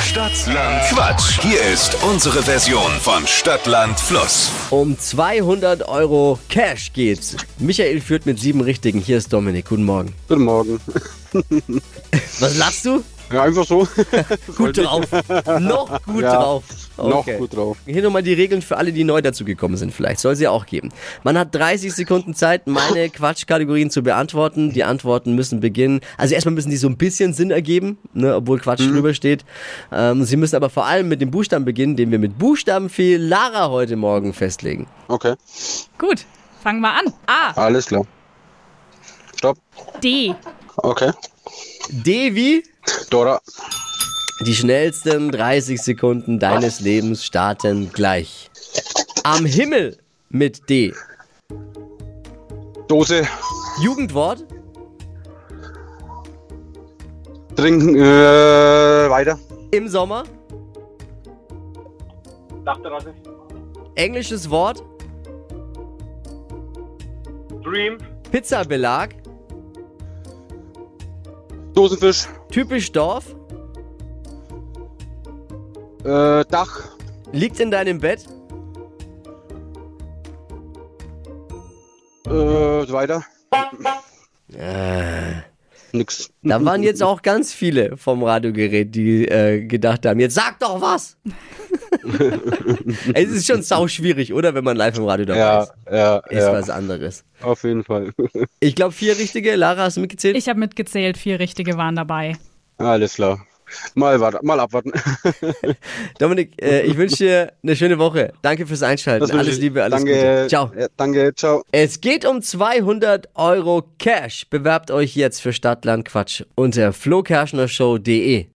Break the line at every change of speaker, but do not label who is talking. Stadtland Quatsch. Hier ist unsere Version von Stadtland Fluss.
Um 200 Euro Cash geht's. Michael führt mit sieben Richtigen. Hier ist Dominik. Guten Morgen.
Guten Morgen.
Was lachst du?
Ja, einfach so.
Gut drauf. Noch gut
Ja,
drauf.
Noch
Okay.
gut drauf.
Hier nochmal die Regeln für alle, die neu dazugekommen sind vielleicht. Soll sie auch geben. Man hat 30 Sekunden Zeit, meine Quatschkategorien zu beantworten. Die Antworten müssen beginnen. Also erstmal müssen die so ein bisschen Sinn ergeben, ne, obwohl Quatsch
Mhm.
drüber steht. Ähm, sie müssen aber vor allem mit dem Buchstaben beginnen, den wir mit Buchstaben viel Lara heute Morgen festlegen.
Okay,
Gut, fangen wir an. A,
alles klar. Stopp.
D,
Okay.
Devi,
Dora.
die schnellsten 30 Sekunden deines Lebens starten gleich. Am Himmel mit D.
Dose.
Jugendwort,
Trinken. Äh, weiter.
im Sommer,
Dachterrasse.
englisches Wort,
Dream.
Pizzabelag,
Dosenfisch.
typisch Dorf,
Äh, Dach.
liegt in deinem Bett,
Äh, weiter.
Äh.
Nix.
Da waren jetzt auch ganz viele vom Radiogerät, die äh, gedacht haben, jetzt sag doch was. es ist schon sau schwierig, oder? Wenn man live im Radio dabei
Ja,
ist.
ja,
Ist
ja.
was anderes.
Auf jeden Fall.
Ich glaube, vier richtige. Lara, hast du mitgezählt?
ich habe mitgezählt, vier richtige waren dabei.
alles klar. Mal warten, mal abwarten.
Dominik, äh, ich wünsche dir eine schöne Woche. Danke fürs Einschalten.
wünsche
Alles
ich.
Liebe, alles
danke,
Gute. Ciao.
Ja, danke, ciao.
Es geht um 200 Euro Cash. Bewerbt euch jetzt für Stadtland Quatsch unter flokerschnershow.de.